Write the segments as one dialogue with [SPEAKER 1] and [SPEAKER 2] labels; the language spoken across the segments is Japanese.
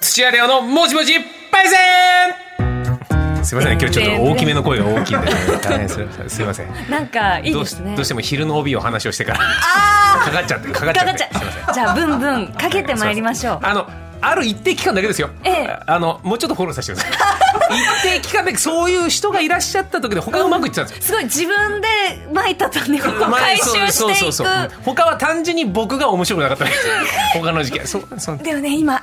[SPEAKER 1] 土屋レオのもしもしパイセンすいません、ね、今日ちょっと大きめの声が大きいん で、ね、大変ですすいません
[SPEAKER 2] なんかいいです
[SPEAKER 1] どう
[SPEAKER 2] ね
[SPEAKER 1] どうしても昼の帯を話をしてからかかっちゃってかかっちゃ
[SPEAKER 2] か
[SPEAKER 1] っ
[SPEAKER 2] か
[SPEAKER 1] て
[SPEAKER 2] っち
[SPEAKER 1] す
[SPEAKER 2] ゃ
[SPEAKER 1] いません
[SPEAKER 2] じゃあブンブンかけてまいりましょう
[SPEAKER 1] あのある一定期間だけですよ、
[SPEAKER 2] ええ
[SPEAKER 1] あのもうちょっとフォローさせてください一定期間だけそういう人がいらっしゃった時で他がうまくいってたんですよ
[SPEAKER 2] すごい自分で巻いた種をこう
[SPEAKER 1] 前
[SPEAKER 2] 回収
[SPEAKER 1] そうそう
[SPEAKER 2] して
[SPEAKER 1] そう
[SPEAKER 2] い
[SPEAKER 1] そう
[SPEAKER 2] く
[SPEAKER 1] 他は単純に僕が面白くなか っただけ他の事件そうそう
[SPEAKER 2] でもね今あ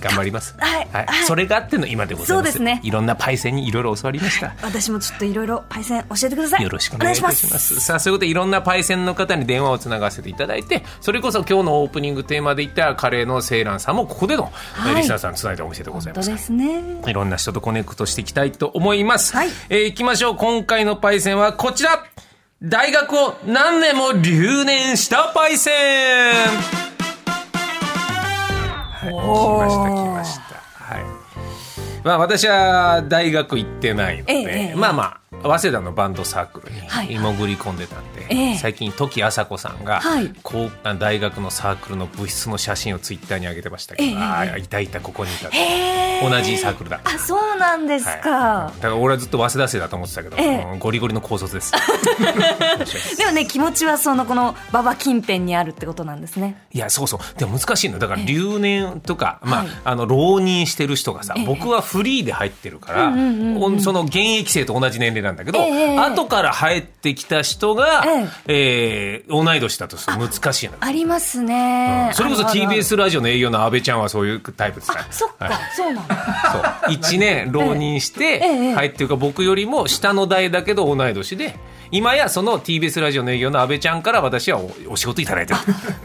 [SPEAKER 1] 頑張ります
[SPEAKER 2] はいはい
[SPEAKER 1] それがあっての今でござい
[SPEAKER 2] そ
[SPEAKER 1] ま
[SPEAKER 2] う
[SPEAKER 1] す
[SPEAKER 2] ですね
[SPEAKER 1] いろんなパイセンにいろいろ教わりました
[SPEAKER 2] 私もちょっといろいろパイセン教えてください
[SPEAKER 1] よろしくお願いいたします
[SPEAKER 2] お願いし
[SPEAKER 1] さあそういうことでいろんなパイセンの方に電話をつながせていただいてそれこそ今日のオープニングテーマで言ったカレーのセイランさんもここでの、
[SPEAKER 2] い
[SPEAKER 1] リスナーさんつないだお店でござい
[SPEAKER 2] 本
[SPEAKER 1] ま
[SPEAKER 2] 当
[SPEAKER 1] す
[SPEAKER 2] ですね
[SPEAKER 1] いろんな人とコネクトしていきたいと思います。
[SPEAKER 2] はい
[SPEAKER 1] えー行きましょう。今回のパイセンはこちら大学を何年も留年したパイセンはい、来ました、来ました。はい。まあ私は大学行ってないので、
[SPEAKER 2] ええええ
[SPEAKER 1] まあまあ、早稲田のバンドサークルに
[SPEAKER 2] はい
[SPEAKER 1] 潜り込んでたんで、
[SPEAKER 2] ええ
[SPEAKER 1] 最近時あさこさんが、
[SPEAKER 2] はい
[SPEAKER 1] こうあ大学のサークルの部室の写真をツイッターに上げてましたけど、
[SPEAKER 2] ええええ
[SPEAKER 1] ああいたいたここにいたって
[SPEAKER 2] へー
[SPEAKER 1] 同じサークルだ
[SPEAKER 2] あそうなんですか
[SPEAKER 1] は、いだから俺はずっと早稲田生だと思ってたけど、
[SPEAKER 2] ええ
[SPEAKER 1] うんゴリゴリの高卒です
[SPEAKER 2] でもね気持ちはそのこの馬場近辺にあるってことなんですね
[SPEAKER 1] いやそうそうでも難しいのだから留年とか、まあ
[SPEAKER 2] はい
[SPEAKER 1] あの浪人してる人がさ、
[SPEAKER 2] ええ
[SPEAKER 1] 僕はフリーで入ってるから、
[SPEAKER 2] うんうんうん
[SPEAKER 1] おその現役生と同じ年齢なんだけど、
[SPEAKER 2] ええええ
[SPEAKER 1] 後から入ってきた人が、ええ同い年だとすると難しいのよ
[SPEAKER 2] ありますね、
[SPEAKER 1] それこそ
[SPEAKER 2] あるある
[SPEAKER 1] TBS ラジオの営業の阿部ちゃんはそういうタイプですから
[SPEAKER 2] あそっか、
[SPEAKER 1] はい
[SPEAKER 2] そうなの
[SPEAKER 1] そう1年浪人して
[SPEAKER 2] ええ
[SPEAKER 1] 入ってるか僕よりも下の代だけど同い年で今やその TBS ラジオの営業の阿部ちゃんから私はおお仕事いただいてる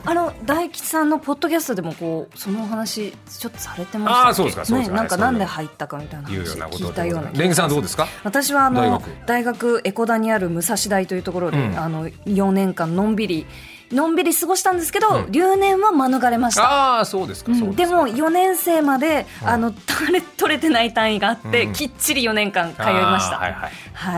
[SPEAKER 2] あの大吉さんのポッドキャストでもこうそのお話ちょっとされてましたっけ
[SPEAKER 1] あーそうですかそうですか
[SPEAKER 2] ね、なんか
[SPEAKER 1] はいそう
[SPEAKER 2] なんで入ったかみたいな
[SPEAKER 1] というよ
[SPEAKER 2] 話
[SPEAKER 1] うなこと
[SPEAKER 2] 聞いたような
[SPEAKER 1] レンゲさんはどうですか
[SPEAKER 2] 私はあの
[SPEAKER 1] 大
[SPEAKER 2] 大
[SPEAKER 1] 学
[SPEAKER 2] 学エコダにある武蔵大というところで、
[SPEAKER 1] うん
[SPEAKER 2] あの4年間のんびりのんびり過ごしたんですけど、
[SPEAKER 1] うん
[SPEAKER 2] 留年は免れました。
[SPEAKER 1] ああそうですか、
[SPEAKER 2] うん
[SPEAKER 1] そう
[SPEAKER 2] ですも4年生まで、
[SPEAKER 1] うん
[SPEAKER 2] あの取れ取れてない単位があって、
[SPEAKER 1] うん
[SPEAKER 2] きっちり4年間通いまし
[SPEAKER 1] あー
[SPEAKER 2] た。
[SPEAKER 1] はいはい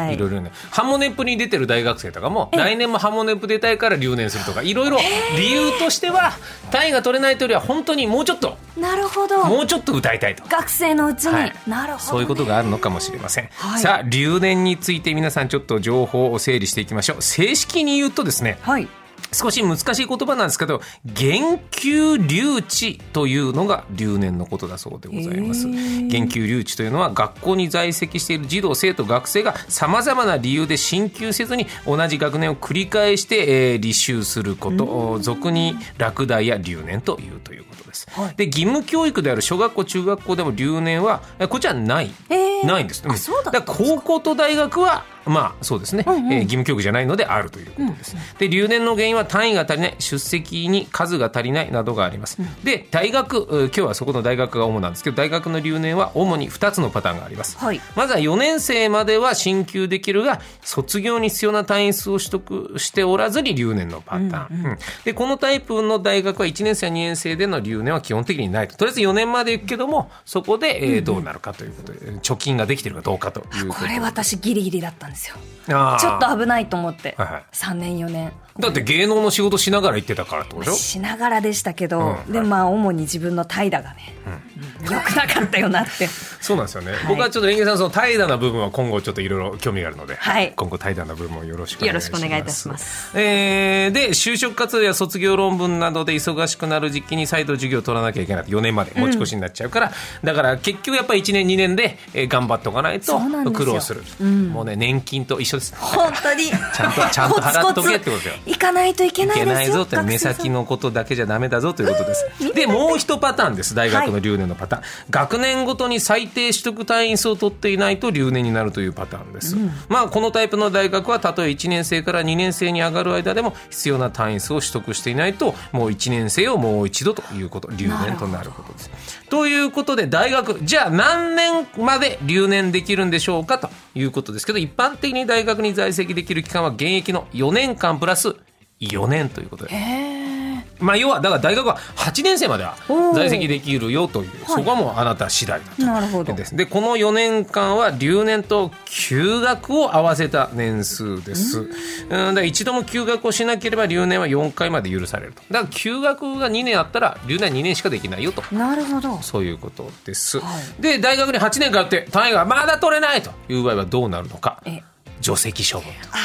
[SPEAKER 2] はい
[SPEAKER 1] いろいろねハモネプに出てる大学生とかも
[SPEAKER 2] ええ
[SPEAKER 1] 来年もハモネプ出たいから留年するとかいろいろ理由としては単位が取れないというよりは本当にもうちょっと
[SPEAKER 2] なるほど
[SPEAKER 1] もうちょっと歌いたいと
[SPEAKER 2] 学生のうちに、
[SPEAKER 1] はい
[SPEAKER 2] なるほどね、
[SPEAKER 1] そういうことがあるのかもしれません、
[SPEAKER 2] はい
[SPEAKER 1] さあ留年について皆さんちょっと情報を整理していきましょう正式に言うとですね
[SPEAKER 2] はい
[SPEAKER 1] 少し難しい言葉なんですけど減給留置というのが留年のことだそうでございます
[SPEAKER 2] へー
[SPEAKER 1] 減給留置というのは学校に在籍している児童生徒学生がさまざまな理由で進級せずに同じ学年を繰り返して、えー履修すること俗に落第や留年というということです、
[SPEAKER 2] はい
[SPEAKER 1] で義務教育である小学校中学校でも留年はえこっちはない
[SPEAKER 2] えー
[SPEAKER 1] ないんです。
[SPEAKER 2] あそうだった
[SPEAKER 1] だから高校と大学はまあそうですね、
[SPEAKER 2] うんうん
[SPEAKER 1] えー義務教育じゃないのであるということです。で留年の原因は単位が足りない出席に数が足りないなどがあります。で大学うー今日はそこの大学が主なんですけど大学の留年は主に2つのパターンがあります。
[SPEAKER 2] はい
[SPEAKER 1] まずは4年生までは進級できるが卒業に必要な単位数を取得しておらずに留年のパターン、うんでこのタイプの大学は1年生や2年生での留年は基本的にないととりあえず4年まで行くけどもそこで、えーどうなるかということで、貯金ができてるかどうかということ
[SPEAKER 2] これ私ギリギリだったんですよ
[SPEAKER 1] あー
[SPEAKER 2] ちょっと危ないと思って、
[SPEAKER 1] はいはい
[SPEAKER 2] 3年4年
[SPEAKER 1] だって芸能の仕事しながら行ってたからってことでしょ
[SPEAKER 2] しながらでしたけど、
[SPEAKER 1] うん
[SPEAKER 2] でまあ主に自分の怠惰がね、うん良くなかったよな って
[SPEAKER 1] そうなんですよね、
[SPEAKER 2] い
[SPEAKER 1] 僕はちょっとレンゲさんその怠惰な部分は今後ちょっといろいろ興味があるので、
[SPEAKER 2] はい
[SPEAKER 1] 今後怠惰な部分をよろしくお
[SPEAKER 2] よ
[SPEAKER 1] 願
[SPEAKER 2] ろ
[SPEAKER 1] い
[SPEAKER 2] し
[SPEAKER 1] し
[SPEAKER 2] く
[SPEAKER 1] ま
[SPEAKER 2] お
[SPEAKER 1] す
[SPEAKER 2] 願いいたします
[SPEAKER 1] えーで就職活動や卒業論文などで忙しくなる時期に再度授業を取らなきゃいけない4年まで持ち越しになっちゃうから、だから結局やっぱり1年2年で、えー頑張っておかないと
[SPEAKER 2] そうなんです
[SPEAKER 1] 苦
[SPEAKER 2] よ
[SPEAKER 1] 労するもうね年金と一緒です
[SPEAKER 2] 本当に
[SPEAKER 1] ちゃんとちゃんと払っとけってことよ
[SPEAKER 2] コツコツ行かないといけ
[SPEAKER 1] い
[SPEAKER 2] ない
[SPEAKER 1] け
[SPEAKER 2] ですよ
[SPEAKER 1] ないぞって
[SPEAKER 2] 学
[SPEAKER 1] 目
[SPEAKER 2] 生さん
[SPEAKER 1] 先のことだけじゃダメだぞ ということです
[SPEAKER 2] うん。
[SPEAKER 1] でもう一パターンです大学の留年のパターン、学年ごとに最低取得単位数を取っていないと留年になるというパターンです、まあこのタイプの大学はたとえ1年生から2年生に上がる間でも必要な単位数を取得していないともう1年生をもう一度ということ留年となることです。ということで大学じゃあ何年まで留年できるんでしょうかということですけど一般的に大学に在籍できる期間は現役の4年間プラス4年ということで
[SPEAKER 2] へー
[SPEAKER 1] まあ、要はだから大学は8年生までは
[SPEAKER 2] おー
[SPEAKER 1] 在籍できるよという
[SPEAKER 2] はい
[SPEAKER 1] そこはもうあなた次第だと。
[SPEAKER 2] なるほど
[SPEAKER 1] ですでこの4年間は留年と休学を合わせた年数ですうんだ一度も休学をしなければ留年は4回まで許されるとだから休学が2年あったら留年は2年しかできないよと
[SPEAKER 2] なるほど
[SPEAKER 1] そういうことです、
[SPEAKER 2] は
[SPEAKER 1] で大学に8年通って単位がまだ取れないという場合はどうなるのか
[SPEAKER 2] え
[SPEAKER 1] 除籍処分とはい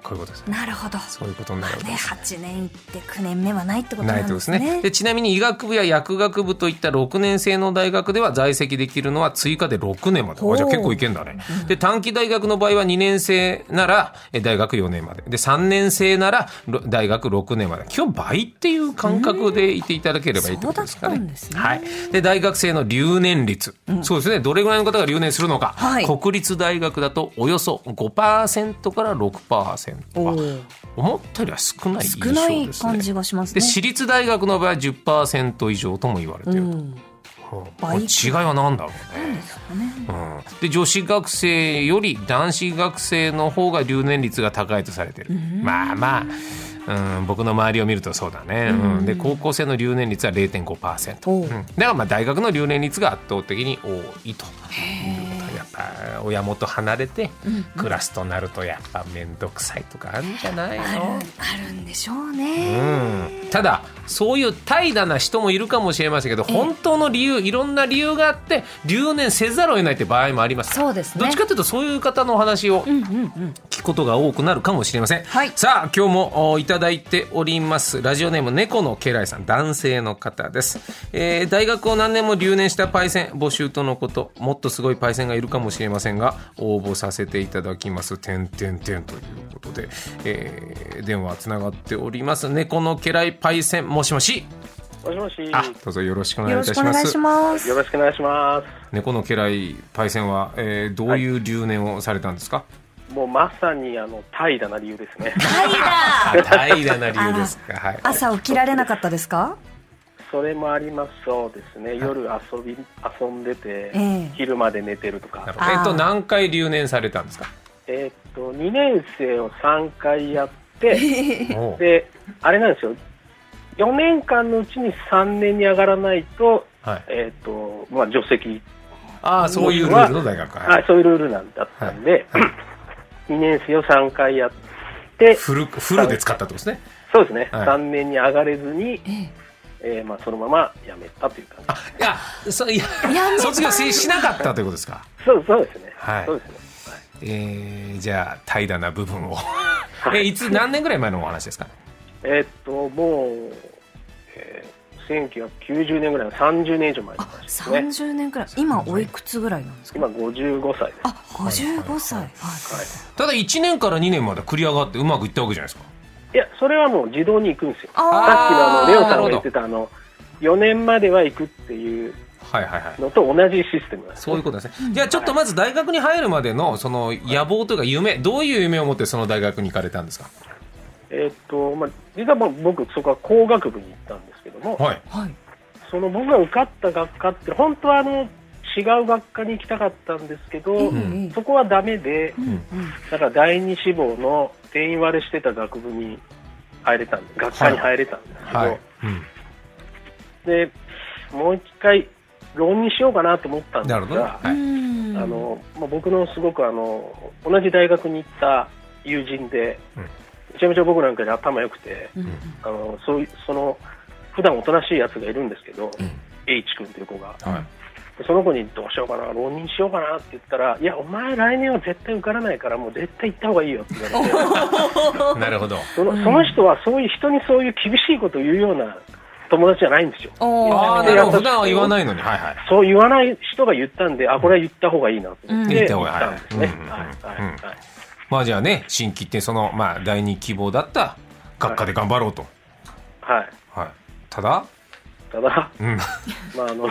[SPEAKER 1] こういうことですね
[SPEAKER 2] なるほど
[SPEAKER 1] そういうことになるわけ
[SPEAKER 2] ね
[SPEAKER 1] です
[SPEAKER 2] 8年って9年目はないってこと
[SPEAKER 1] な
[SPEAKER 2] ないん
[SPEAKER 1] ということ
[SPEAKER 2] で
[SPEAKER 1] です
[SPEAKER 2] すね
[SPEAKER 1] ねでちなみに医学部や薬学部といった6年生の大学では在籍できるのは追加で6年まで
[SPEAKER 2] ほう
[SPEAKER 1] あじゃあ結構いけんだね、で短期大学の場合は2年生ならえ大学4年までで3年生ならろ大学6年まで基本倍っていう感覚でいていただければいいってことですかね
[SPEAKER 2] そうだったんですね
[SPEAKER 1] はい、で大学生の留年率、そうですねどれぐらいの方が留年するのか、
[SPEAKER 2] はい
[SPEAKER 1] 国立大学だとおよそ5%から6%
[SPEAKER 2] お
[SPEAKER 1] は
[SPEAKER 2] ー
[SPEAKER 1] 思ったよりは少ない印象で
[SPEAKER 2] 少
[SPEAKER 1] すね
[SPEAKER 2] ない感じがします
[SPEAKER 1] で
[SPEAKER 2] ね
[SPEAKER 1] 私立大学の場合は10%以上とも言われていると、
[SPEAKER 2] うん
[SPEAKER 1] うんこ
[SPEAKER 2] 倍
[SPEAKER 1] れ違いは何だろうね。うんで女子学生より男子学生の方が留年率が高いとされてる、まあまあ、うん、僕の周りを見るとそうだね、うんで高校生の留年率は0.5%、
[SPEAKER 2] おう
[SPEAKER 1] うん、だからまあ大学の留年率が圧倒的に多いということはやっぱ親元離れて暮らすとなるとやっぱ面倒くさいとかあるんじゃないの、
[SPEAKER 2] あるあるんでしょう
[SPEAKER 1] う
[SPEAKER 2] ね、
[SPEAKER 1] んただそういう怠惰な人もいるかもしれませんけど本当の理由いろんな理由があって留年せざるを得ないって場合もあります
[SPEAKER 2] そうですね
[SPEAKER 1] どっちかというとそういう方のお話を
[SPEAKER 2] うん、うんうん
[SPEAKER 1] 聞くことが多くなるかもしれません、
[SPEAKER 2] はい
[SPEAKER 1] さあ今日もおいただいておりますラジオネーム猫の家来さん男性の方です、えー大学を何年も留年したパイセン募集とのこともっとすごいパイセンがいるかもしれませんが応募させていただきます点点点ということで、えー電話つながっております猫の家来パイセンもしもし
[SPEAKER 3] もしもし。
[SPEAKER 1] あどうぞよろしくお願い
[SPEAKER 2] よろ
[SPEAKER 1] い
[SPEAKER 2] したく
[SPEAKER 1] し
[SPEAKER 2] お
[SPEAKER 1] ま
[SPEAKER 2] 願い
[SPEAKER 1] す
[SPEAKER 2] します
[SPEAKER 3] よろしくお願いしま
[SPEAKER 1] 猫の家来パイセンは、えーどういう留年をされたんですか、
[SPEAKER 3] す。もうまさにあの怠惰な理由で すね。
[SPEAKER 2] はいだ
[SPEAKER 1] あ怠惰な理由ですかはい
[SPEAKER 2] 朝起きられなかったですか
[SPEAKER 3] それもあります。そうですね。夜遊び遊んでて、
[SPEAKER 2] ええ
[SPEAKER 3] 昼まで寝てるとか。
[SPEAKER 1] えっ
[SPEAKER 2] あ
[SPEAKER 1] と
[SPEAKER 2] ー
[SPEAKER 1] 何回留年されたんですか。
[SPEAKER 3] えーっと2年生を3回やって、
[SPEAKER 1] おう
[SPEAKER 3] であれなんですよ。4年間のうちに3年に上がらないと、
[SPEAKER 1] はい。
[SPEAKER 3] えーっとまあ除籍、
[SPEAKER 1] ああそういうルールの大学
[SPEAKER 3] は
[SPEAKER 1] はい
[SPEAKER 3] い。、そういうルールなんだったんで、
[SPEAKER 1] はいはい
[SPEAKER 3] 2年生を3回やって、
[SPEAKER 1] フルフルで使ったってことですね。
[SPEAKER 3] そうですね。
[SPEAKER 1] はい
[SPEAKER 3] 3年に上がれずに。
[SPEAKER 2] え
[SPEAKER 3] えーまあ、そのまま辞めたという感じ
[SPEAKER 1] あいやそういや
[SPEAKER 2] やめた
[SPEAKER 1] 卒業ししなかったということですか。
[SPEAKER 3] そうそうですね、
[SPEAKER 1] はい
[SPEAKER 3] そうですね、はい
[SPEAKER 1] えー、じゃあ怠惰な部分を。えいつ何年ぐらい前のお話ですか。
[SPEAKER 3] えーっともう、えー、1990年ぐらいの30年以上前
[SPEAKER 2] あ
[SPEAKER 3] ですね
[SPEAKER 2] 30年くらい今おいくつぐらいなんですか
[SPEAKER 3] 今55歳です
[SPEAKER 2] あ55
[SPEAKER 1] は
[SPEAKER 2] 歳はいい
[SPEAKER 1] ただ一年から二年まで繰り上がってうまくいったわけじゃないですか。
[SPEAKER 3] いやそれはもう自動に行くんですよさっき
[SPEAKER 2] あ
[SPEAKER 3] のあ
[SPEAKER 1] あー
[SPEAKER 3] のレオさん
[SPEAKER 1] なるほど
[SPEAKER 3] が言ってたあの4年までは行くっていう
[SPEAKER 1] はいはいはい。
[SPEAKER 3] のと同じシステムなんです
[SPEAKER 1] そういうことですね。じゃあちょっとまず大学に入るまでのその野望というか夢どういう夢を持ってその大学に行かれたんですか。
[SPEAKER 3] えーっと、まあ、実はもう僕そこは工学部に行ったんですけども、
[SPEAKER 1] はい。
[SPEAKER 2] あはい
[SPEAKER 3] その僕が受かった学科って本当はあの違う学科に行きたかったんですけど、
[SPEAKER 2] ええ
[SPEAKER 1] ん
[SPEAKER 2] ええ
[SPEAKER 3] そこはダメで、
[SPEAKER 1] ん
[SPEAKER 3] だから第二志望の定員割れしてた学部に入れたんで学科に入れたんですけど、
[SPEAKER 1] はい。うん。
[SPEAKER 3] でもう一回論にしようかなと思ったんです
[SPEAKER 1] なるほどね。
[SPEAKER 3] が、
[SPEAKER 1] はい。
[SPEAKER 3] あのまあ、僕のすごくあの同じ大学に行った友人で、
[SPEAKER 1] うん
[SPEAKER 3] めちゃめちゃ僕なんかで頭良くて
[SPEAKER 2] うん
[SPEAKER 3] あのそういその普段おとなしいやつがいるんですけど、H 君という子が
[SPEAKER 1] はい。
[SPEAKER 3] その子にどうしようかな、浪人しようかなって言ったら、いや、お前、来年は絶対受からないから、もう絶対行った方がいいよって言われて、
[SPEAKER 1] なるほど。
[SPEAKER 3] その
[SPEAKER 2] うん
[SPEAKER 3] その人はそういう人にそういう厳しいことを言うような友達じゃないんですよ。
[SPEAKER 2] おー
[SPEAKER 1] ああなるほど。普段は言わないのに。はいはい。
[SPEAKER 3] そう言わない人が言ったんで、あ、これは言った方がいいなと思って、
[SPEAKER 2] うん言
[SPEAKER 1] った方が
[SPEAKER 3] 言ったんです
[SPEAKER 1] は
[SPEAKER 3] ね。
[SPEAKER 1] いうん
[SPEAKER 3] はいはい
[SPEAKER 1] うん
[SPEAKER 3] はい
[SPEAKER 1] まあじゃあね、新規ってその、まあ第二希望だった学科で頑張ろうと。
[SPEAKER 3] はい
[SPEAKER 1] はい。ただ、
[SPEAKER 3] ただ、
[SPEAKER 1] うん。
[SPEAKER 3] まああの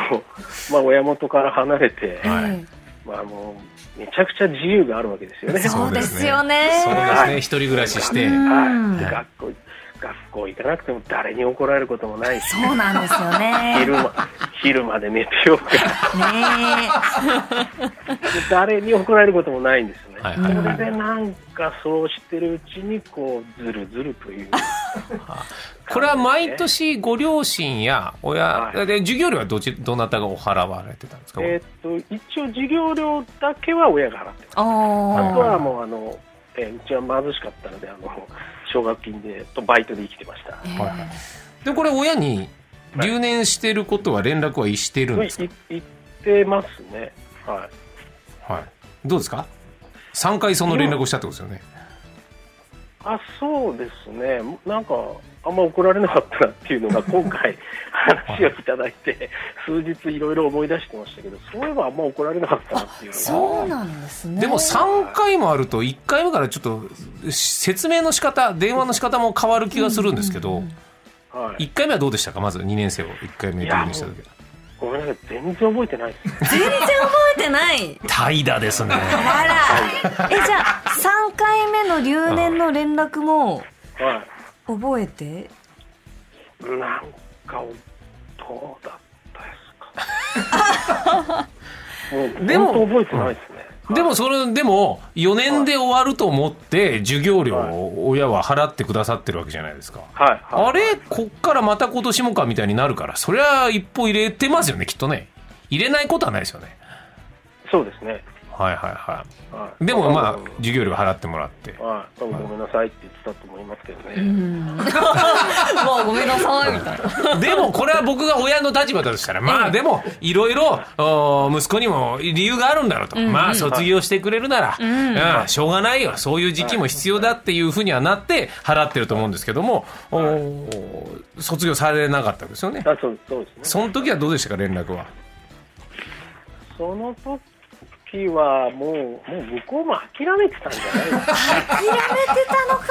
[SPEAKER 3] まあ、親元から離れて、
[SPEAKER 1] はい
[SPEAKER 2] え
[SPEAKER 3] まあ、あのめちゃくちゃ自由があるわけですよね
[SPEAKER 2] え。そうですよね
[SPEAKER 1] そうです
[SPEAKER 3] は
[SPEAKER 1] ね。
[SPEAKER 3] い
[SPEAKER 1] 一人暮らしして。
[SPEAKER 2] うん
[SPEAKER 3] はい、で学校学校行かなくても誰に怒られることもないし
[SPEAKER 2] そうなんですよね
[SPEAKER 3] 昼間昼まで寝てようが
[SPEAKER 2] ね
[SPEAKER 3] 誰に怒られることもないんですね、
[SPEAKER 1] はいはいは
[SPEAKER 3] それ
[SPEAKER 1] い
[SPEAKER 3] でなんかそうしてるうちにこうずるずるという
[SPEAKER 1] これは毎年ご両親や親
[SPEAKER 3] はい
[SPEAKER 1] で授業料はどちどなたがお払われてたんですか、
[SPEAKER 3] えーっと一応授業料だけは親が払ってます
[SPEAKER 2] え。お
[SPEAKER 1] はい
[SPEAKER 3] あと
[SPEAKER 2] ー。
[SPEAKER 3] はもうあの、えーうちは貧しかったのであの奨学金でとバイトで生きてました
[SPEAKER 2] え
[SPEAKER 1] はいはいでこれ親に留年してることは連絡はしてるんですか、
[SPEAKER 3] い行ってますねはい
[SPEAKER 1] はい、どうですか3回その連絡をしたってことですよね
[SPEAKER 3] あそうですね、なんか、あんま怒られなかったなっていう のが、今回、話をいただいて、数日いろいろ思い出してましたけど、そういえばあんま怒られなかったなっていうのが、
[SPEAKER 2] そうなんですね。
[SPEAKER 1] でも3回もあると1回目からちょっと説明の仕方電話の仕方も変わる気がするんですけど
[SPEAKER 3] はい、
[SPEAKER 1] 1回目はどうでしたかまず2年生を1回目留年した時は
[SPEAKER 3] ごめんなさい、全然覚えてないです。
[SPEAKER 2] 全然覚えて ない。
[SPEAKER 1] 怠惰です ね
[SPEAKER 2] あら。え、じゃあ、3回目の留年の連絡も
[SPEAKER 3] は
[SPEAKER 2] 覚えて
[SPEAKER 3] い、なんか、どうだった ですか。もう
[SPEAKER 1] でも
[SPEAKER 3] 本当覚えてないですね。
[SPEAKER 1] でもそれでも4年で終わると思って授業料を親は払ってくださってるわけじゃないですか
[SPEAKER 3] はい、はい
[SPEAKER 1] あれこっからまた今年もかみたいになるからそりゃ一歩入れてますよねきっとね入れないことはないですよね
[SPEAKER 3] そうですね。
[SPEAKER 1] はいはいはい
[SPEAKER 3] はい、
[SPEAKER 1] でもまあ
[SPEAKER 3] 多分
[SPEAKER 1] 授業料払ってもらって
[SPEAKER 3] はい、多分ごめんなさいって言ってたと思いますけどね。
[SPEAKER 2] もうごめんなさい、みたいな。
[SPEAKER 1] でもこれは僕が親の立場だとしたらまあでもいろいろお息子にも理由があるんだろうと、まあ卒業してくれるなら、うんしょうがないよそういう時期も必要だっていうふうにはなって払ってると思うんですけども、おー卒業されなかったんですよね
[SPEAKER 3] あそうそうですね。
[SPEAKER 1] その時はどうでしたか連絡は
[SPEAKER 3] その時はもう、もう向こうも諦めてたんじゃ ないです
[SPEAKER 2] 諦
[SPEAKER 3] か。
[SPEAKER 2] めてたのか。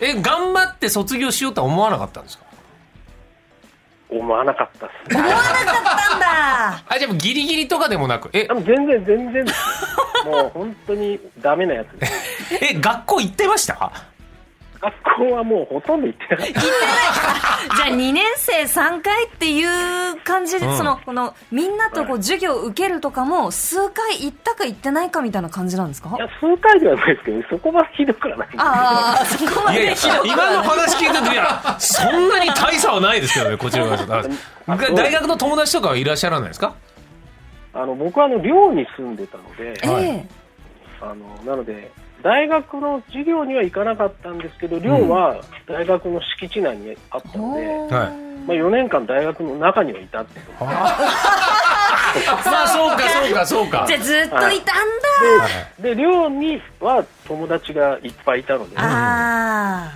[SPEAKER 1] え頑張って卒業しようとは思わなかったんですか
[SPEAKER 3] 思わなかったっすね。
[SPEAKER 2] 思わなかったんだ。
[SPEAKER 1] あじゃあもうギリギリとかでもなくえ
[SPEAKER 3] でも全然、全然ですね。もう本当にダメなやつです。
[SPEAKER 1] え学校行ってました
[SPEAKER 3] 学校はもうほとんど行ってなかった。
[SPEAKER 2] じゃあ2年生3回っていう感じで、
[SPEAKER 1] うん
[SPEAKER 2] その、この、みんなとこう授業受けるとかも、数回行ったか行ってないかみたいな感じなんですか
[SPEAKER 3] いや、数回ではないですけど、そこはひどくはないんですけど。
[SPEAKER 2] ああ、そこま
[SPEAKER 1] いやい
[SPEAKER 2] で
[SPEAKER 1] や
[SPEAKER 2] ひどく
[SPEAKER 1] 今の
[SPEAKER 2] はない。
[SPEAKER 1] 話聞いてるといやそんなに大差はないですけどねこちらからするとあ
[SPEAKER 3] そう
[SPEAKER 1] 大学の友達とかはいらっしゃらないですか
[SPEAKER 3] あの、僕はあの、寮に住んでたので、
[SPEAKER 1] はい
[SPEAKER 2] ええ。
[SPEAKER 3] あの、なので、大学の授業には行かなかったんですけど、寮は大学の敷地内にあったので、
[SPEAKER 2] ほー
[SPEAKER 1] はい
[SPEAKER 3] まあ4年間大学の中にはいたっていうのも
[SPEAKER 1] まあそうかそうかそうか
[SPEAKER 2] じゃあずっといたんだ。
[SPEAKER 3] で、寮には友達がいっぱいいたので、
[SPEAKER 2] あ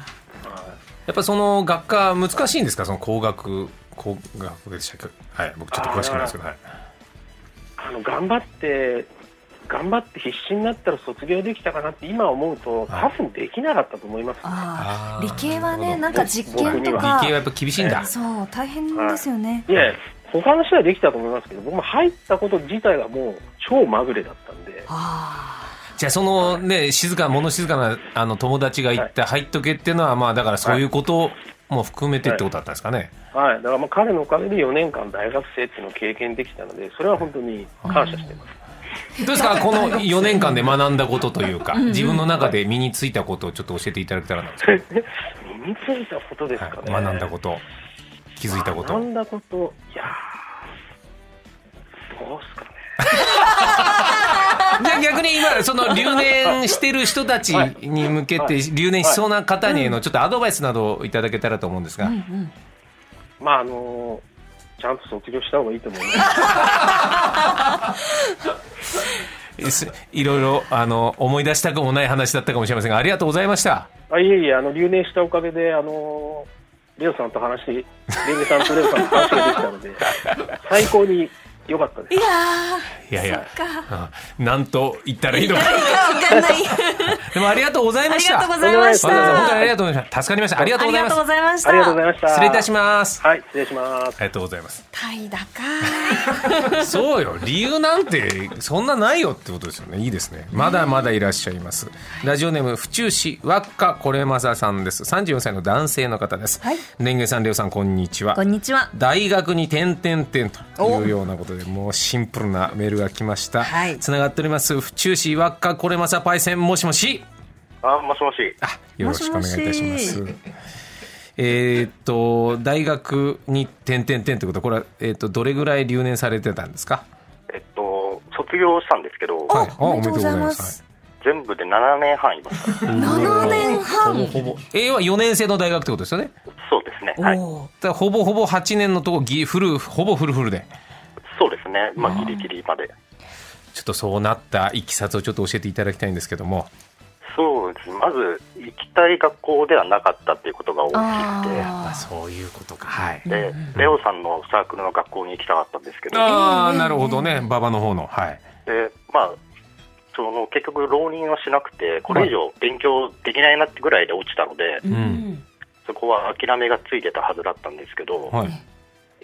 [SPEAKER 1] やっぱその学科難しいんですかその工学工学でしたっけはい僕ちょっと詳しくないですけどはい
[SPEAKER 3] あの頑張って、頑張って必死になったら卒業できたかなって今思うと、
[SPEAKER 1] はい
[SPEAKER 3] 多分できなかったと思います
[SPEAKER 1] あ
[SPEAKER 2] あ。。ああ
[SPEAKER 1] ー
[SPEAKER 2] 理系は
[SPEAKER 1] なる
[SPEAKER 2] ね、
[SPEAKER 1] ほど
[SPEAKER 2] なんか実験と
[SPEAKER 1] 理系は
[SPEAKER 2] か。
[SPEAKER 1] やっぱ厳しいんだ
[SPEAKER 2] そう、大変ですよね。
[SPEAKER 3] いや、他の人はできたと思いますけど、僕も入ったこと自体がもう超まぐれだったんで、
[SPEAKER 2] あ
[SPEAKER 1] じゃあそのね静か物静かなあの友達が言って入っとけっていうのはまあだからそういうことも含めてってことだったんですかね
[SPEAKER 3] はい、だからまあ彼のおかげで4年間大学生っていうのを経験できたので、それは本当に感謝してます。
[SPEAKER 1] どうですかこの4年間で学んだことというか自分の中で身についたことをちょっと教えていただけたらなんですけど
[SPEAKER 3] 身についたことですかね。
[SPEAKER 1] はい、学んだこと気づいたこと
[SPEAKER 3] 学んだこと、いやーどうすかね。
[SPEAKER 1] じゃあ逆に今その留年してる人たちに向けて留年しそうな方にのちょっとアドバイスなどをいただけたらと思うんですが、
[SPEAKER 3] まああのちゃんと卒業した方がいいと思います。
[SPEAKER 1] すいろいろあの思い出したくもない話だったかもしれませんがありがとうございました
[SPEAKER 3] あいえいえ、あの留年したおかげで、あの レオさんと話し、レンゲさんとレオさんと話ができたので、最高によかったで
[SPEAKER 2] い
[SPEAKER 3] す。
[SPEAKER 2] や
[SPEAKER 1] いやいや
[SPEAKER 2] そっか
[SPEAKER 1] うんなんと言ったらいいのか
[SPEAKER 2] ー、いやわかんない。
[SPEAKER 1] でもありがとうござい
[SPEAKER 2] あ
[SPEAKER 1] ま
[SPEAKER 2] り
[SPEAKER 1] した
[SPEAKER 2] がとうございました。
[SPEAKER 1] わざわざ本当にあ
[SPEAKER 2] あ
[SPEAKER 1] りがとうございました助かりましたありがとうご
[SPEAKER 2] り
[SPEAKER 1] ざい
[SPEAKER 2] が
[SPEAKER 1] ま
[SPEAKER 2] とうご
[SPEAKER 1] す
[SPEAKER 2] ざいました。
[SPEAKER 3] ありがとうございました。
[SPEAKER 1] 失礼いたしますあ
[SPEAKER 3] はい、失礼します。
[SPEAKER 1] りがとうございます
[SPEAKER 2] タイだか。
[SPEAKER 1] そうよ理由なんてそんなないよってことですよねいいですねまだまだいらっしゃいますラジオネーム府中市輪っかこれまささんです34歳の男性の方です、
[SPEAKER 2] はい
[SPEAKER 1] 年月さんりょうさんこんにちは
[SPEAKER 2] こんにちは。
[SPEAKER 1] 大学に点々点というようなことでもうシンプルなメールが来ました
[SPEAKER 2] はい
[SPEAKER 1] つながっております府中市輪っかこれまさパイセンもしもし
[SPEAKER 3] あ、もしもし。
[SPEAKER 1] あよろしくお願いいたします
[SPEAKER 2] も
[SPEAKER 1] えーっと大学に点々点ってことはこれは、えーっとどれぐらい留年されてたんですか
[SPEAKER 4] えっと、卒業したんですけど、
[SPEAKER 1] はい
[SPEAKER 2] おめでとうございます。
[SPEAKER 4] 全部で7年半いました。
[SPEAKER 2] 7年半。
[SPEAKER 1] はいえーは4年生の大学ってことですよね
[SPEAKER 4] そうですね。
[SPEAKER 2] お
[SPEAKER 4] はい。
[SPEAKER 2] おー。
[SPEAKER 1] だからほぼほぼ8年のとこぎフルほぼフルフルで
[SPEAKER 4] そうですね。まあ、ギリギリまで。
[SPEAKER 1] ちょっとそうなったいきさつをちょっと教えていただきたいんですけども
[SPEAKER 4] そうですね。まず、行きたい学校ではなかったっていうことが大きくて、
[SPEAKER 1] あ
[SPEAKER 2] あ
[SPEAKER 1] そういうことかはい
[SPEAKER 4] で、レオさんのサークルの学校に行きたかったんですけど、
[SPEAKER 1] ああなるほどね馬場の方のはい
[SPEAKER 4] で、まあ、その結局浪人をしなくて、これ以上勉強できないなってぐらいで落ちたので、
[SPEAKER 2] ー。うん。
[SPEAKER 4] そこは諦めがついてたはずだったんですけど、
[SPEAKER 1] はい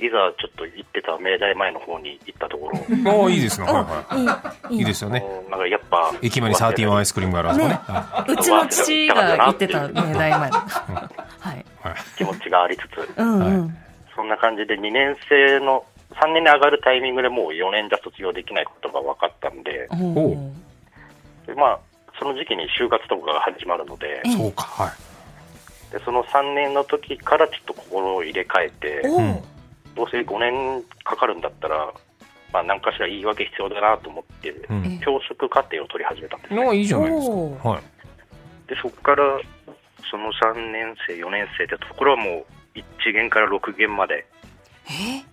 [SPEAKER 4] い、ざちょっと行ってた明大前の方に行ったところ、
[SPEAKER 1] おーいいですねはい
[SPEAKER 2] お
[SPEAKER 1] はいいい
[SPEAKER 2] いい
[SPEAKER 1] い
[SPEAKER 2] い
[SPEAKER 1] で
[SPEAKER 2] です
[SPEAKER 1] よね
[SPEAKER 4] もうなんかやっ ぱ、
[SPEAKER 1] 駅前にサーティワンアイスクリームがあるはずね
[SPEAKER 2] ね
[SPEAKER 1] は
[SPEAKER 2] うちの父が言ってた明大
[SPEAKER 1] い
[SPEAKER 2] 前。はい。
[SPEAKER 1] はい
[SPEAKER 4] 気持ちがありつつ、
[SPEAKER 2] うんうん。
[SPEAKER 4] そんな感じで2年生の、3年に上がるタイミングでもう4年じゃ卒業できないことが分かったんで、
[SPEAKER 2] お
[SPEAKER 1] お
[SPEAKER 2] ー
[SPEAKER 4] でまあ、その時期に就活とかが始まるので
[SPEAKER 2] え
[SPEAKER 1] そうかはい
[SPEAKER 4] で、その3年の時からちょっと心を入れ替えて、
[SPEAKER 2] お
[SPEAKER 1] うん
[SPEAKER 2] ー。
[SPEAKER 4] どうせ5年かかるんだったら、まあ、何かしら言い訳必要だなと思って、
[SPEAKER 1] うん
[SPEAKER 4] 教職課程を取り始めたんですね。
[SPEAKER 1] のいいじゃないですか
[SPEAKER 2] おー
[SPEAKER 1] はい
[SPEAKER 4] でそこからその3年生4年生ってところはもう1限から6限まで
[SPEAKER 2] え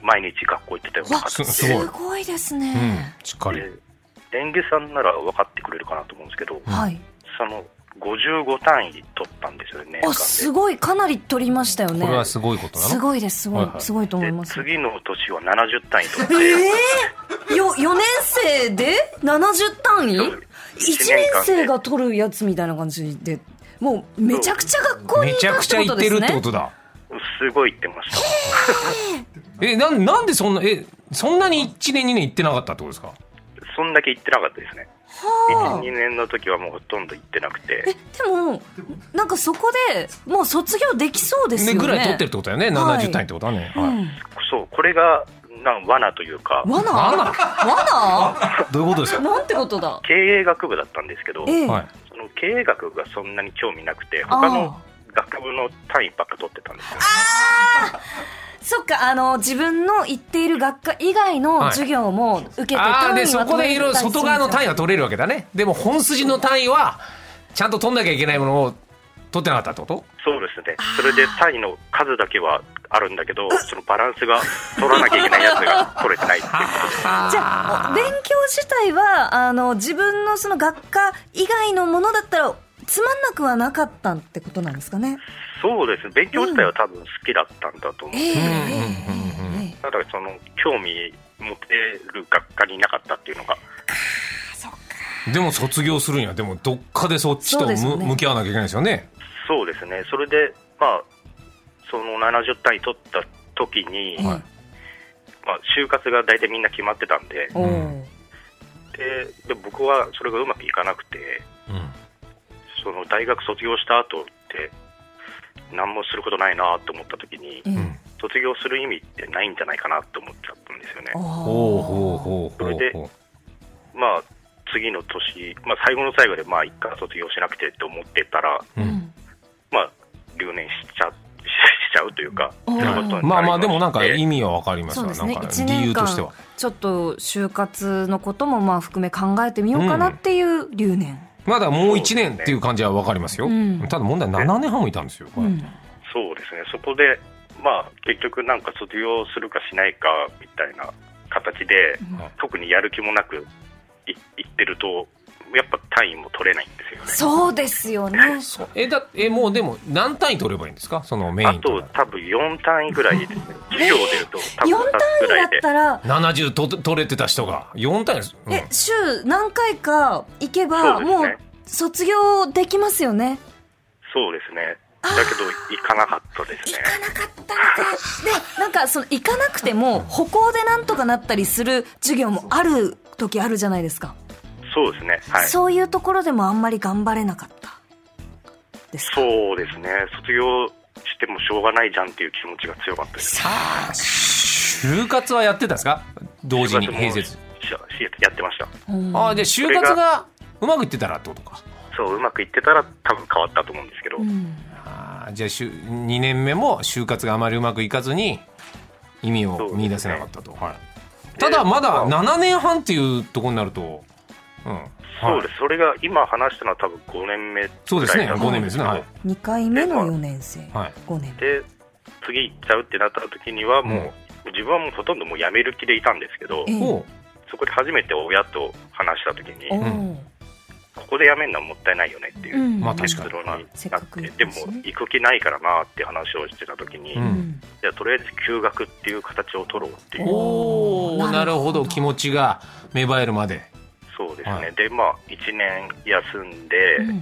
[SPEAKER 4] 毎日学校行ってたような
[SPEAKER 1] す
[SPEAKER 4] 形
[SPEAKER 1] す
[SPEAKER 4] で
[SPEAKER 1] ごい
[SPEAKER 2] すごいです
[SPEAKER 1] うん
[SPEAKER 2] ね。
[SPEAKER 1] しっかり
[SPEAKER 4] でレンゲさんなら分かってくれるかなと思うんですけど、
[SPEAKER 2] はい。
[SPEAKER 4] その55単位取ったんですよね年
[SPEAKER 2] あ、す
[SPEAKER 4] 間
[SPEAKER 2] ごい。かなり取りましたよね。
[SPEAKER 1] これはすごいことな
[SPEAKER 2] す
[SPEAKER 1] の
[SPEAKER 2] ごいです、すご
[SPEAKER 1] はいいは、い
[SPEAKER 2] すごいと思い
[SPEAKER 4] で
[SPEAKER 2] ま。
[SPEAKER 4] です次の年は70単位取って
[SPEAKER 2] ええよ、4年生で70単位 ?1
[SPEAKER 4] そう
[SPEAKER 2] 年生が取るやつみたいな感じで、もうめちゃくちゃ学校に
[SPEAKER 1] め
[SPEAKER 2] 行っ
[SPEAKER 1] ちゃ
[SPEAKER 2] た
[SPEAKER 1] く
[SPEAKER 2] っ
[SPEAKER 1] ちゃ
[SPEAKER 2] てこ
[SPEAKER 1] 行
[SPEAKER 2] と
[SPEAKER 1] っ
[SPEAKER 2] で
[SPEAKER 1] てる
[SPEAKER 2] す
[SPEAKER 1] ってこ
[SPEAKER 2] ね。
[SPEAKER 1] とだ
[SPEAKER 4] すごい言ってました
[SPEAKER 1] えなんなんでそんなえそんなに1年2年行ってなかったってことですか
[SPEAKER 4] そんだけ行ってなかったですね
[SPEAKER 2] はあ
[SPEAKER 4] 12年の時はもうほとんど行ってなく
[SPEAKER 2] え、
[SPEAKER 4] て
[SPEAKER 2] でも、なんかそこでもう卒業できそうですよね。
[SPEAKER 1] ぐらい取ってるってことだよね
[SPEAKER 2] はい
[SPEAKER 1] 70単位ってことはね
[SPEAKER 2] う
[SPEAKER 1] はい
[SPEAKER 2] ん。
[SPEAKER 4] そうこれがなん罠というか
[SPEAKER 2] 罠
[SPEAKER 1] 罠
[SPEAKER 2] 罠
[SPEAKER 1] どういうことですか
[SPEAKER 2] なんてことだ。
[SPEAKER 4] 経営学部だったんですけど
[SPEAKER 2] ええ。
[SPEAKER 1] はい
[SPEAKER 4] その経営学がそんなに興味なくて
[SPEAKER 2] あー
[SPEAKER 4] 他の学部の単位ばっか取ってたんですよ、ね、
[SPEAKER 2] そっか、あの、自分の行っている学科以外の授業も受けて
[SPEAKER 1] ああ
[SPEAKER 2] 単
[SPEAKER 1] で
[SPEAKER 2] 位
[SPEAKER 1] そ
[SPEAKER 2] は
[SPEAKER 1] こ
[SPEAKER 2] 取
[SPEAKER 1] で
[SPEAKER 2] れ
[SPEAKER 1] いろいろ外側の単位は取れるわけだねでも本筋の単位はちゃんと取んなきゃいけないものを取ってなかったってこと
[SPEAKER 4] そうですねそれで単位の数だけはあるんだけどそのバランスが取らなきゃいけないやつが取れてないっていう
[SPEAKER 2] じゃあ勉強自体はあの自分のその学科以外のものだったらつまんなくはなかったってことなんですかね。
[SPEAKER 4] そうですね勉強自体は多分好きだったんだと思う、
[SPEAKER 2] ええええええ
[SPEAKER 4] ただその興味持てる学科にいなかったっていうのが
[SPEAKER 1] でも卒業するにはでもどっかでそっち
[SPEAKER 2] そ
[SPEAKER 1] と
[SPEAKER 2] うです
[SPEAKER 1] む
[SPEAKER 2] よね
[SPEAKER 1] 向き合わなきゃいけないですよね
[SPEAKER 4] そうですねそれでまあその70単位取った時に、
[SPEAKER 1] はい
[SPEAKER 4] まあ、就活が大体みんな決まってたんで
[SPEAKER 2] お
[SPEAKER 1] うん
[SPEAKER 2] お。
[SPEAKER 4] でで僕はそれがうまくいかなくて
[SPEAKER 1] うん
[SPEAKER 4] その大学卒業した後って何もすることないなと思った時に
[SPEAKER 2] ええ
[SPEAKER 1] ん
[SPEAKER 4] 卒業する意味ってないんじゃないかなと思っちゃったんですよね
[SPEAKER 2] お
[SPEAKER 1] ほう
[SPEAKER 2] お。
[SPEAKER 1] ほうほうほ
[SPEAKER 4] それ
[SPEAKER 1] う
[SPEAKER 4] で
[SPEAKER 1] ほ
[SPEAKER 4] まあ次の年、まあ、最後の最後でまあ一回卒業しなくてって思ってたら
[SPEAKER 1] うう
[SPEAKER 2] うんん
[SPEAKER 4] まあ留年しちゃ しちゃうというか
[SPEAKER 2] うん
[SPEAKER 4] そういうことになりして
[SPEAKER 1] まあまあでもなんか意味はわかります
[SPEAKER 2] そ
[SPEAKER 1] わ
[SPEAKER 2] う
[SPEAKER 1] な
[SPEAKER 2] ですね。
[SPEAKER 1] んか
[SPEAKER 2] 一
[SPEAKER 1] 理
[SPEAKER 2] 年
[SPEAKER 1] 由としては
[SPEAKER 2] 間ちょっと就活のこともまあ含め考えてみようかなっていう留年。
[SPEAKER 1] まだもう1年っていう感じはわかりますよ
[SPEAKER 2] うん
[SPEAKER 1] ただ問題7年半もいたんですよ
[SPEAKER 2] う
[SPEAKER 1] はい
[SPEAKER 2] ん。
[SPEAKER 4] そうですねそこでまあ結局なんか卒業するかしないかみたいな形で
[SPEAKER 1] はい
[SPEAKER 4] 特にやる気もなくい行ってるとやっぱ単位も取れないんですよね。
[SPEAKER 2] そうですよね。
[SPEAKER 1] そうえだえもうでも何単位取ればいいんですかそのメイ
[SPEAKER 4] あ
[SPEAKER 1] ン
[SPEAKER 4] と
[SPEAKER 1] とか
[SPEAKER 4] 多分4単位ぐらいですね。授業出ると多
[SPEAKER 2] 4
[SPEAKER 4] 分
[SPEAKER 2] 単
[SPEAKER 4] ぐ
[SPEAKER 2] 位だ
[SPEAKER 4] ら
[SPEAKER 2] っ
[SPEAKER 4] いで。
[SPEAKER 2] たら、
[SPEAKER 1] 70と取れてた人が4単位です、うん
[SPEAKER 2] え、週何回か行けば、
[SPEAKER 4] そうですね
[SPEAKER 2] もう卒業できますよね。
[SPEAKER 4] そうですね。だけど行かなかったです
[SPEAKER 2] 行
[SPEAKER 4] ね。
[SPEAKER 2] かなかったのか。で、なんかその行かなくても歩行でなんとかなったりする授業もある時あるじゃないですか。
[SPEAKER 4] そうですね。はい。
[SPEAKER 2] そういうところでもあんまり頑張れなかった。ですか
[SPEAKER 4] そうですね。卒業してもしょうがないじゃんっていう気持ちが強かったです。
[SPEAKER 1] あー就活はやってたんですか同時に
[SPEAKER 4] 就活も
[SPEAKER 1] 平日
[SPEAKER 4] しやってました。
[SPEAKER 2] うん
[SPEAKER 1] ああで就活がうまくいってたらってことか
[SPEAKER 4] そううまくいってたら多分変わったと思うんですけど、
[SPEAKER 2] うん
[SPEAKER 1] あーじゃあしゅ2年目も就活があまりうまくいかずに意味を見出せなかったと、はい、ただまだ7年半っていうところになると、うんはい
[SPEAKER 4] そうです、それが今話したのは多分5年目ぐらいだ
[SPEAKER 1] そうですね
[SPEAKER 4] と
[SPEAKER 1] 5年目ですねはい、
[SPEAKER 2] 2回目の4年生、
[SPEAKER 1] はい、
[SPEAKER 2] 5年
[SPEAKER 4] で次行っちゃうってなった時にはもう、自分はもうほとんどもう辞める気でいたんですけど
[SPEAKER 2] ええ
[SPEAKER 1] おう
[SPEAKER 4] そこで初めて親と話した時に
[SPEAKER 2] お
[SPEAKER 1] う
[SPEAKER 2] ー
[SPEAKER 4] ここで辞めるのはもったいないよねっていううん
[SPEAKER 1] まあ確
[SPEAKER 4] 結
[SPEAKER 1] かに
[SPEAKER 4] 論になって
[SPEAKER 2] せっかく行っ
[SPEAKER 4] で
[SPEAKER 2] た
[SPEAKER 4] も
[SPEAKER 2] しね
[SPEAKER 4] 行く気ないからなって話をしてた時に、
[SPEAKER 1] う
[SPEAKER 2] うんん
[SPEAKER 4] じゃあとりあえず休学っていう形を取ろうっていう
[SPEAKER 1] おお
[SPEAKER 2] おー
[SPEAKER 1] なるほ
[SPEAKER 2] な
[SPEAKER 1] ど
[SPEAKER 2] るほど
[SPEAKER 1] 気持ちが芽生えるまで
[SPEAKER 4] そうですね、
[SPEAKER 1] はい
[SPEAKER 4] でまあ1年休んで、
[SPEAKER 2] うん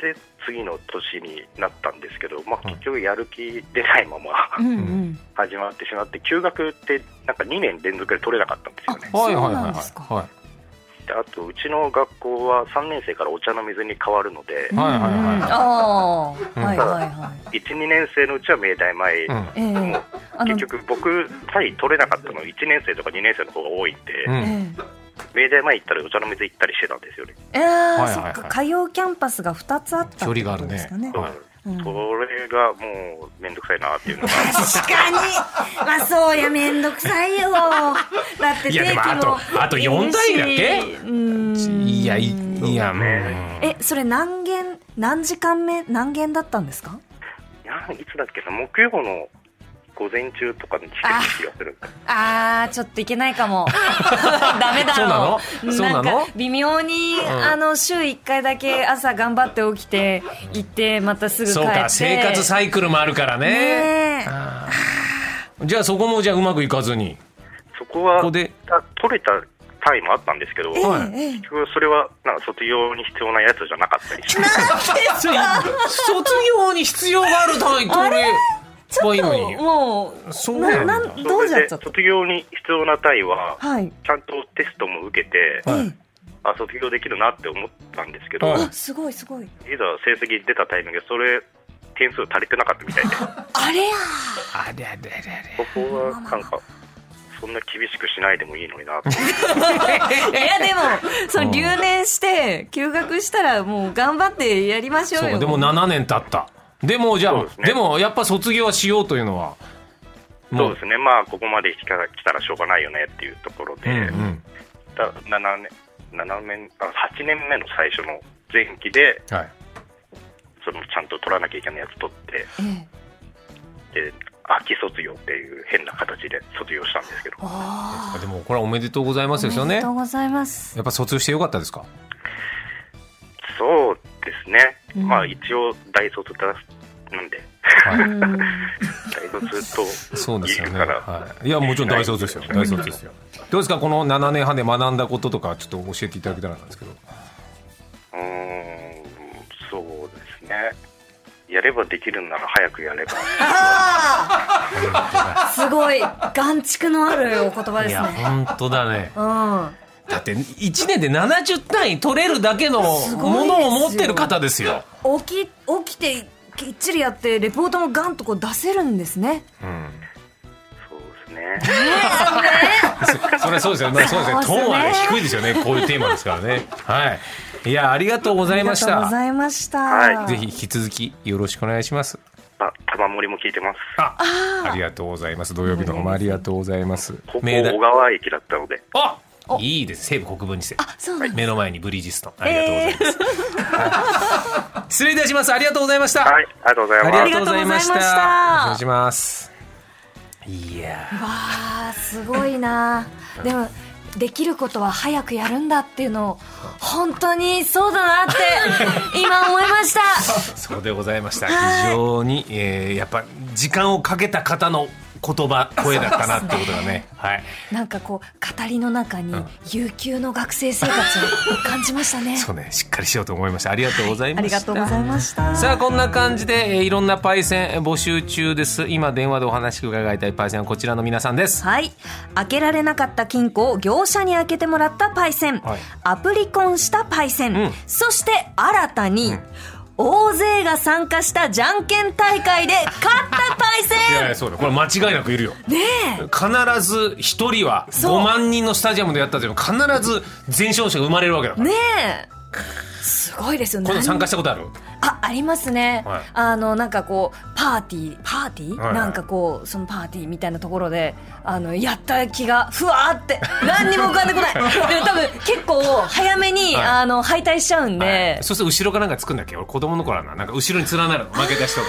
[SPEAKER 4] で次の年になったんですけど、まあ、結局やる気出ないまま
[SPEAKER 2] うんうん
[SPEAKER 4] 始まってしまって休学ってなんか2年連続で取れなかったんですよね
[SPEAKER 2] あ
[SPEAKER 1] はいはい
[SPEAKER 2] そう
[SPEAKER 1] はい
[SPEAKER 2] な
[SPEAKER 1] は
[SPEAKER 2] んですか
[SPEAKER 1] いは
[SPEAKER 4] であとうちの学校は3年生からお茶の水に変わるので
[SPEAKER 1] いはいはいはいはい
[SPEAKER 2] あ
[SPEAKER 1] う
[SPEAKER 2] あ
[SPEAKER 1] ん
[SPEAKER 2] はいはいは
[SPEAKER 4] 12年生のうちは明大前、
[SPEAKER 1] うん
[SPEAKER 2] いええあの
[SPEAKER 4] 結局僕さえ取れなかったのは1年生とか2年生の方が多いんで、
[SPEAKER 1] うん
[SPEAKER 2] え
[SPEAKER 4] 明大前行ったらお茶の水行ったりしてたんですよね、
[SPEAKER 2] ええあ
[SPEAKER 1] はい
[SPEAKER 2] そ
[SPEAKER 1] はい
[SPEAKER 2] っか海洋キャンパスが2つあったってことですかね
[SPEAKER 1] 距離があ
[SPEAKER 4] はい
[SPEAKER 2] うん
[SPEAKER 4] それがもう面倒くさいなっていうのが
[SPEAKER 2] 確かにまあそうやめんどく さいよだって
[SPEAKER 1] いやで
[SPEAKER 2] 定
[SPEAKER 1] も
[SPEAKER 2] 期
[SPEAKER 1] あ
[SPEAKER 2] も
[SPEAKER 1] とあと4単位だっけ
[SPEAKER 2] うん
[SPEAKER 1] いやいいや
[SPEAKER 4] そう
[SPEAKER 1] もう
[SPEAKER 4] ね
[SPEAKER 1] ん
[SPEAKER 2] えそれ何限何時間目何限だったんですか
[SPEAKER 4] いやいつだっけな木曜の午前中とかに来てる気がするんです
[SPEAKER 2] あー、ちょっといけないか も。ダメだろ
[SPEAKER 1] そうなのそうなの
[SPEAKER 2] んか、微妙に、あの、週1回だけ朝頑張って起きて、行って、またすぐ帰っ
[SPEAKER 1] そう
[SPEAKER 2] て。
[SPEAKER 1] か生活サイクルもあるからね
[SPEAKER 2] ねえ
[SPEAKER 1] あーじゃあそこもじゃあうまくいかずに
[SPEAKER 4] そこは
[SPEAKER 1] ここで
[SPEAKER 4] あ取れた単位もあったんですけど、
[SPEAKER 1] はい
[SPEAKER 2] ええ
[SPEAKER 4] 結局それはなんか卒業に必要なやつじゃなかったりして
[SPEAKER 1] それ卒業に必要がある単位取れ
[SPEAKER 2] ちょ
[SPEAKER 1] ば
[SPEAKER 2] っ
[SPEAKER 1] いいの
[SPEAKER 2] と、
[SPEAKER 1] に
[SPEAKER 2] も
[SPEAKER 1] そう
[SPEAKER 2] う、
[SPEAKER 1] なんだ
[SPEAKER 2] な、なん、どうじゃっちゃ
[SPEAKER 4] そ
[SPEAKER 2] っ
[SPEAKER 4] れで卒業に必要な単位は
[SPEAKER 2] たはい。
[SPEAKER 4] ちゃんとテストも受けて、
[SPEAKER 1] はい
[SPEAKER 2] え
[SPEAKER 4] あ卒業できるなって思ったんですけど、、
[SPEAKER 1] はいい
[SPEAKER 4] ざ
[SPEAKER 2] えあ、すごいすごい。
[SPEAKER 4] 成績出たタイミングでそれ点数足りてなかったみたいで
[SPEAKER 2] あれや
[SPEAKER 1] あれあれあれあ
[SPEAKER 4] ここはなんかそんな厳しくしないでもいいのになって
[SPEAKER 2] いや、でも、そ
[SPEAKER 1] うん
[SPEAKER 2] の、留年して、休学したら、もう、頑張ってやりまし
[SPEAKER 1] れ
[SPEAKER 2] ょう
[SPEAKER 1] そう
[SPEAKER 2] よ。
[SPEAKER 1] でも7年経ったでもじゃ
[SPEAKER 4] そ
[SPEAKER 1] あ
[SPEAKER 4] う
[SPEAKER 1] で,、
[SPEAKER 4] ですね
[SPEAKER 1] もやっぱ卒業はしようというのはも
[SPEAKER 4] そうですねまあここまで来た来たらしょうがないよねっていうところで、
[SPEAKER 1] うんうん
[SPEAKER 4] だ7年7年あ8年目の最初の前期で
[SPEAKER 1] はい
[SPEAKER 4] そのちゃんと取らなきゃいけないやつ取って
[SPEAKER 2] ええ
[SPEAKER 4] で秋卒業っていう変な形で卒業したんですけど
[SPEAKER 2] あ
[SPEAKER 1] でもこれはおめでとうございますで
[SPEAKER 2] ーお
[SPEAKER 1] すよ
[SPEAKER 2] め
[SPEAKER 1] ね
[SPEAKER 2] でとうございます。
[SPEAKER 1] やっぱ卒業してよかったですか
[SPEAKER 4] そうですね、
[SPEAKER 2] うん
[SPEAKER 4] まあ一応大卒だなんで
[SPEAKER 1] は
[SPEAKER 2] う
[SPEAKER 1] い
[SPEAKER 2] ん
[SPEAKER 4] 大卒と
[SPEAKER 1] そうですよね、
[SPEAKER 4] 言うから
[SPEAKER 1] はい、いやもちろん大卒ですよ大卒ですよどうですかこの7年半で学んだこととかちょっと教えていただけたらなんですけど
[SPEAKER 4] うーんそうですねやればできるなら早くや れば
[SPEAKER 2] ああすごい 眼蓄のあるお言葉ですね
[SPEAKER 1] 本当だね
[SPEAKER 2] うん
[SPEAKER 1] だって1年で70単位取れるだけの
[SPEAKER 2] すごい
[SPEAKER 1] も
[SPEAKER 2] です
[SPEAKER 1] の
[SPEAKER 2] よ
[SPEAKER 1] を持ってる方ですよ。
[SPEAKER 2] 起き起きてきっちりやってレポートもガンとこう出せるんですね
[SPEAKER 4] そうですね
[SPEAKER 1] それはそうですよ、まあ、そうですね、ト
[SPEAKER 2] そうで
[SPEAKER 1] ー
[SPEAKER 2] すね
[SPEAKER 1] ンはね低いですよね、こういうテーマですからね。はい。いや、ありがとうございまし
[SPEAKER 2] ありがとうご
[SPEAKER 1] た。
[SPEAKER 2] ざいました、
[SPEAKER 4] はい
[SPEAKER 1] ぜひ引き続きよろしくお願いします。
[SPEAKER 4] あ玉森も聞いてます
[SPEAKER 1] あ、ありがとうございます。土曜日の方もありがとうございます。
[SPEAKER 4] ここ
[SPEAKER 1] 明大
[SPEAKER 4] 小川駅だったので
[SPEAKER 1] あ、いいです、西武国分寺
[SPEAKER 2] あそうなんだ
[SPEAKER 1] 線。目の前にブリヂストン。ありがとうございます。失礼いたします。ありがとうございました。
[SPEAKER 4] はいありがとうございます
[SPEAKER 1] ありがとうございました。お
[SPEAKER 2] ありがとうございました
[SPEAKER 1] 願いします。いやー。
[SPEAKER 2] わあすごいなでもできることは早くやるんだっていうのを本当にそうだ なって今思いました
[SPEAKER 1] そうでございました。非常に、えー、やっぱ時間をかけた方の言葉声だったなってことがね。はい。
[SPEAKER 2] なんかこう語りの中に
[SPEAKER 1] うん
[SPEAKER 2] 悠久の学生生活を感じましたね
[SPEAKER 1] そうね、しっかりしようと思いました。ありがとうござい
[SPEAKER 2] あ
[SPEAKER 1] ま
[SPEAKER 2] り
[SPEAKER 1] した。
[SPEAKER 2] がとうございました
[SPEAKER 1] さあこんな感じで、えーいろんなパイセン募集中です今電話でお話伺いたいパイセンはこちらの皆さんです
[SPEAKER 2] はい開けられなかった金庫を業者に開けてもらったパイセン、
[SPEAKER 1] はい
[SPEAKER 2] アプリコンしたパイセン、
[SPEAKER 1] うん
[SPEAKER 2] そして新たに、大勢が参加したじゃんけん大 会で勝ったパイセ
[SPEAKER 1] いやい
[SPEAKER 2] ン
[SPEAKER 1] やそうだこれ間違いなくいるよ
[SPEAKER 2] ね
[SPEAKER 1] 必ず一人は
[SPEAKER 2] そう
[SPEAKER 1] 5万人のスタジアムでやったという必ず全勝者が生まれるわけだか
[SPEAKER 2] え
[SPEAKER 1] ら、
[SPEAKER 2] ねえすごいですよ
[SPEAKER 1] 今度
[SPEAKER 2] 何
[SPEAKER 1] 参加したことある
[SPEAKER 2] あありますね、
[SPEAKER 1] はい
[SPEAKER 2] あのなんかこうパーティーパーティー、
[SPEAKER 1] はいはい
[SPEAKER 2] なんかこうそのパーティーみたいなところであのやった気がふわーって何にも浮かん でこないでも多分結構早めに、
[SPEAKER 1] はい
[SPEAKER 2] あの敗退しちゃうんで、
[SPEAKER 1] はいそうすると後ろかなんかつくんだっけ俺子供の頃はななんか後ろに連なるの負けた人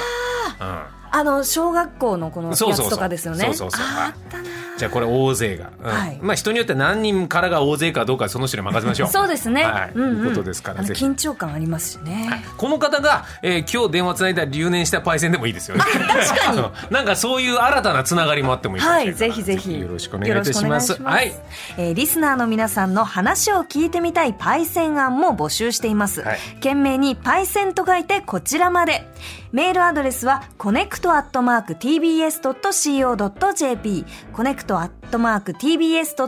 [SPEAKER 1] が、
[SPEAKER 2] あの小学校のこの
[SPEAKER 1] う
[SPEAKER 2] や
[SPEAKER 1] ん、
[SPEAKER 2] つ
[SPEAKER 1] そうそうそう
[SPEAKER 2] とかですよね
[SPEAKER 1] そうそうそう
[SPEAKER 2] あ
[SPEAKER 1] はいじゃあこれ大勢が、うん
[SPEAKER 2] はい
[SPEAKER 1] まあ人によって何人からが大勢かどうかはその人に任せましょう
[SPEAKER 2] そうですね、
[SPEAKER 1] はいい
[SPEAKER 2] んん
[SPEAKER 1] うことですから
[SPEAKER 2] あの
[SPEAKER 1] ぜひ
[SPEAKER 2] 緊張感ありますしね
[SPEAKER 1] この方が、えー今日電話つないだ留年したパイセンでもいいですよね。確かに。なんか そういう新たなつながりもあってもいいかも
[SPEAKER 2] は
[SPEAKER 1] しれ
[SPEAKER 2] い
[SPEAKER 1] ないから
[SPEAKER 2] ぜひぜひ
[SPEAKER 1] よろしくお願いいたします。
[SPEAKER 2] よろくお
[SPEAKER 1] は
[SPEAKER 2] 願い
[SPEAKER 1] い
[SPEAKER 2] し。えーリスナーの皆さんの話を聞いてみたいパイセン案も募集しています、
[SPEAKER 1] はい
[SPEAKER 2] 懸命にパイセンと書いてこちらまでメールアドレスは connect.tbs.co.jp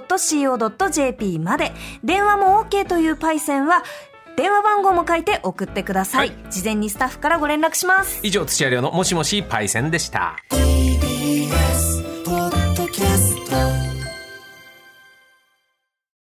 [SPEAKER 2] connect.tbs.co.jp まで電話も OK というパイセンは電話番号も書いて送ってください、
[SPEAKER 1] は
[SPEAKER 2] 事前にスタッフからご連絡します
[SPEAKER 1] 以上、土屋亮のもしもしパイセンでした。
[SPEAKER 5] TBS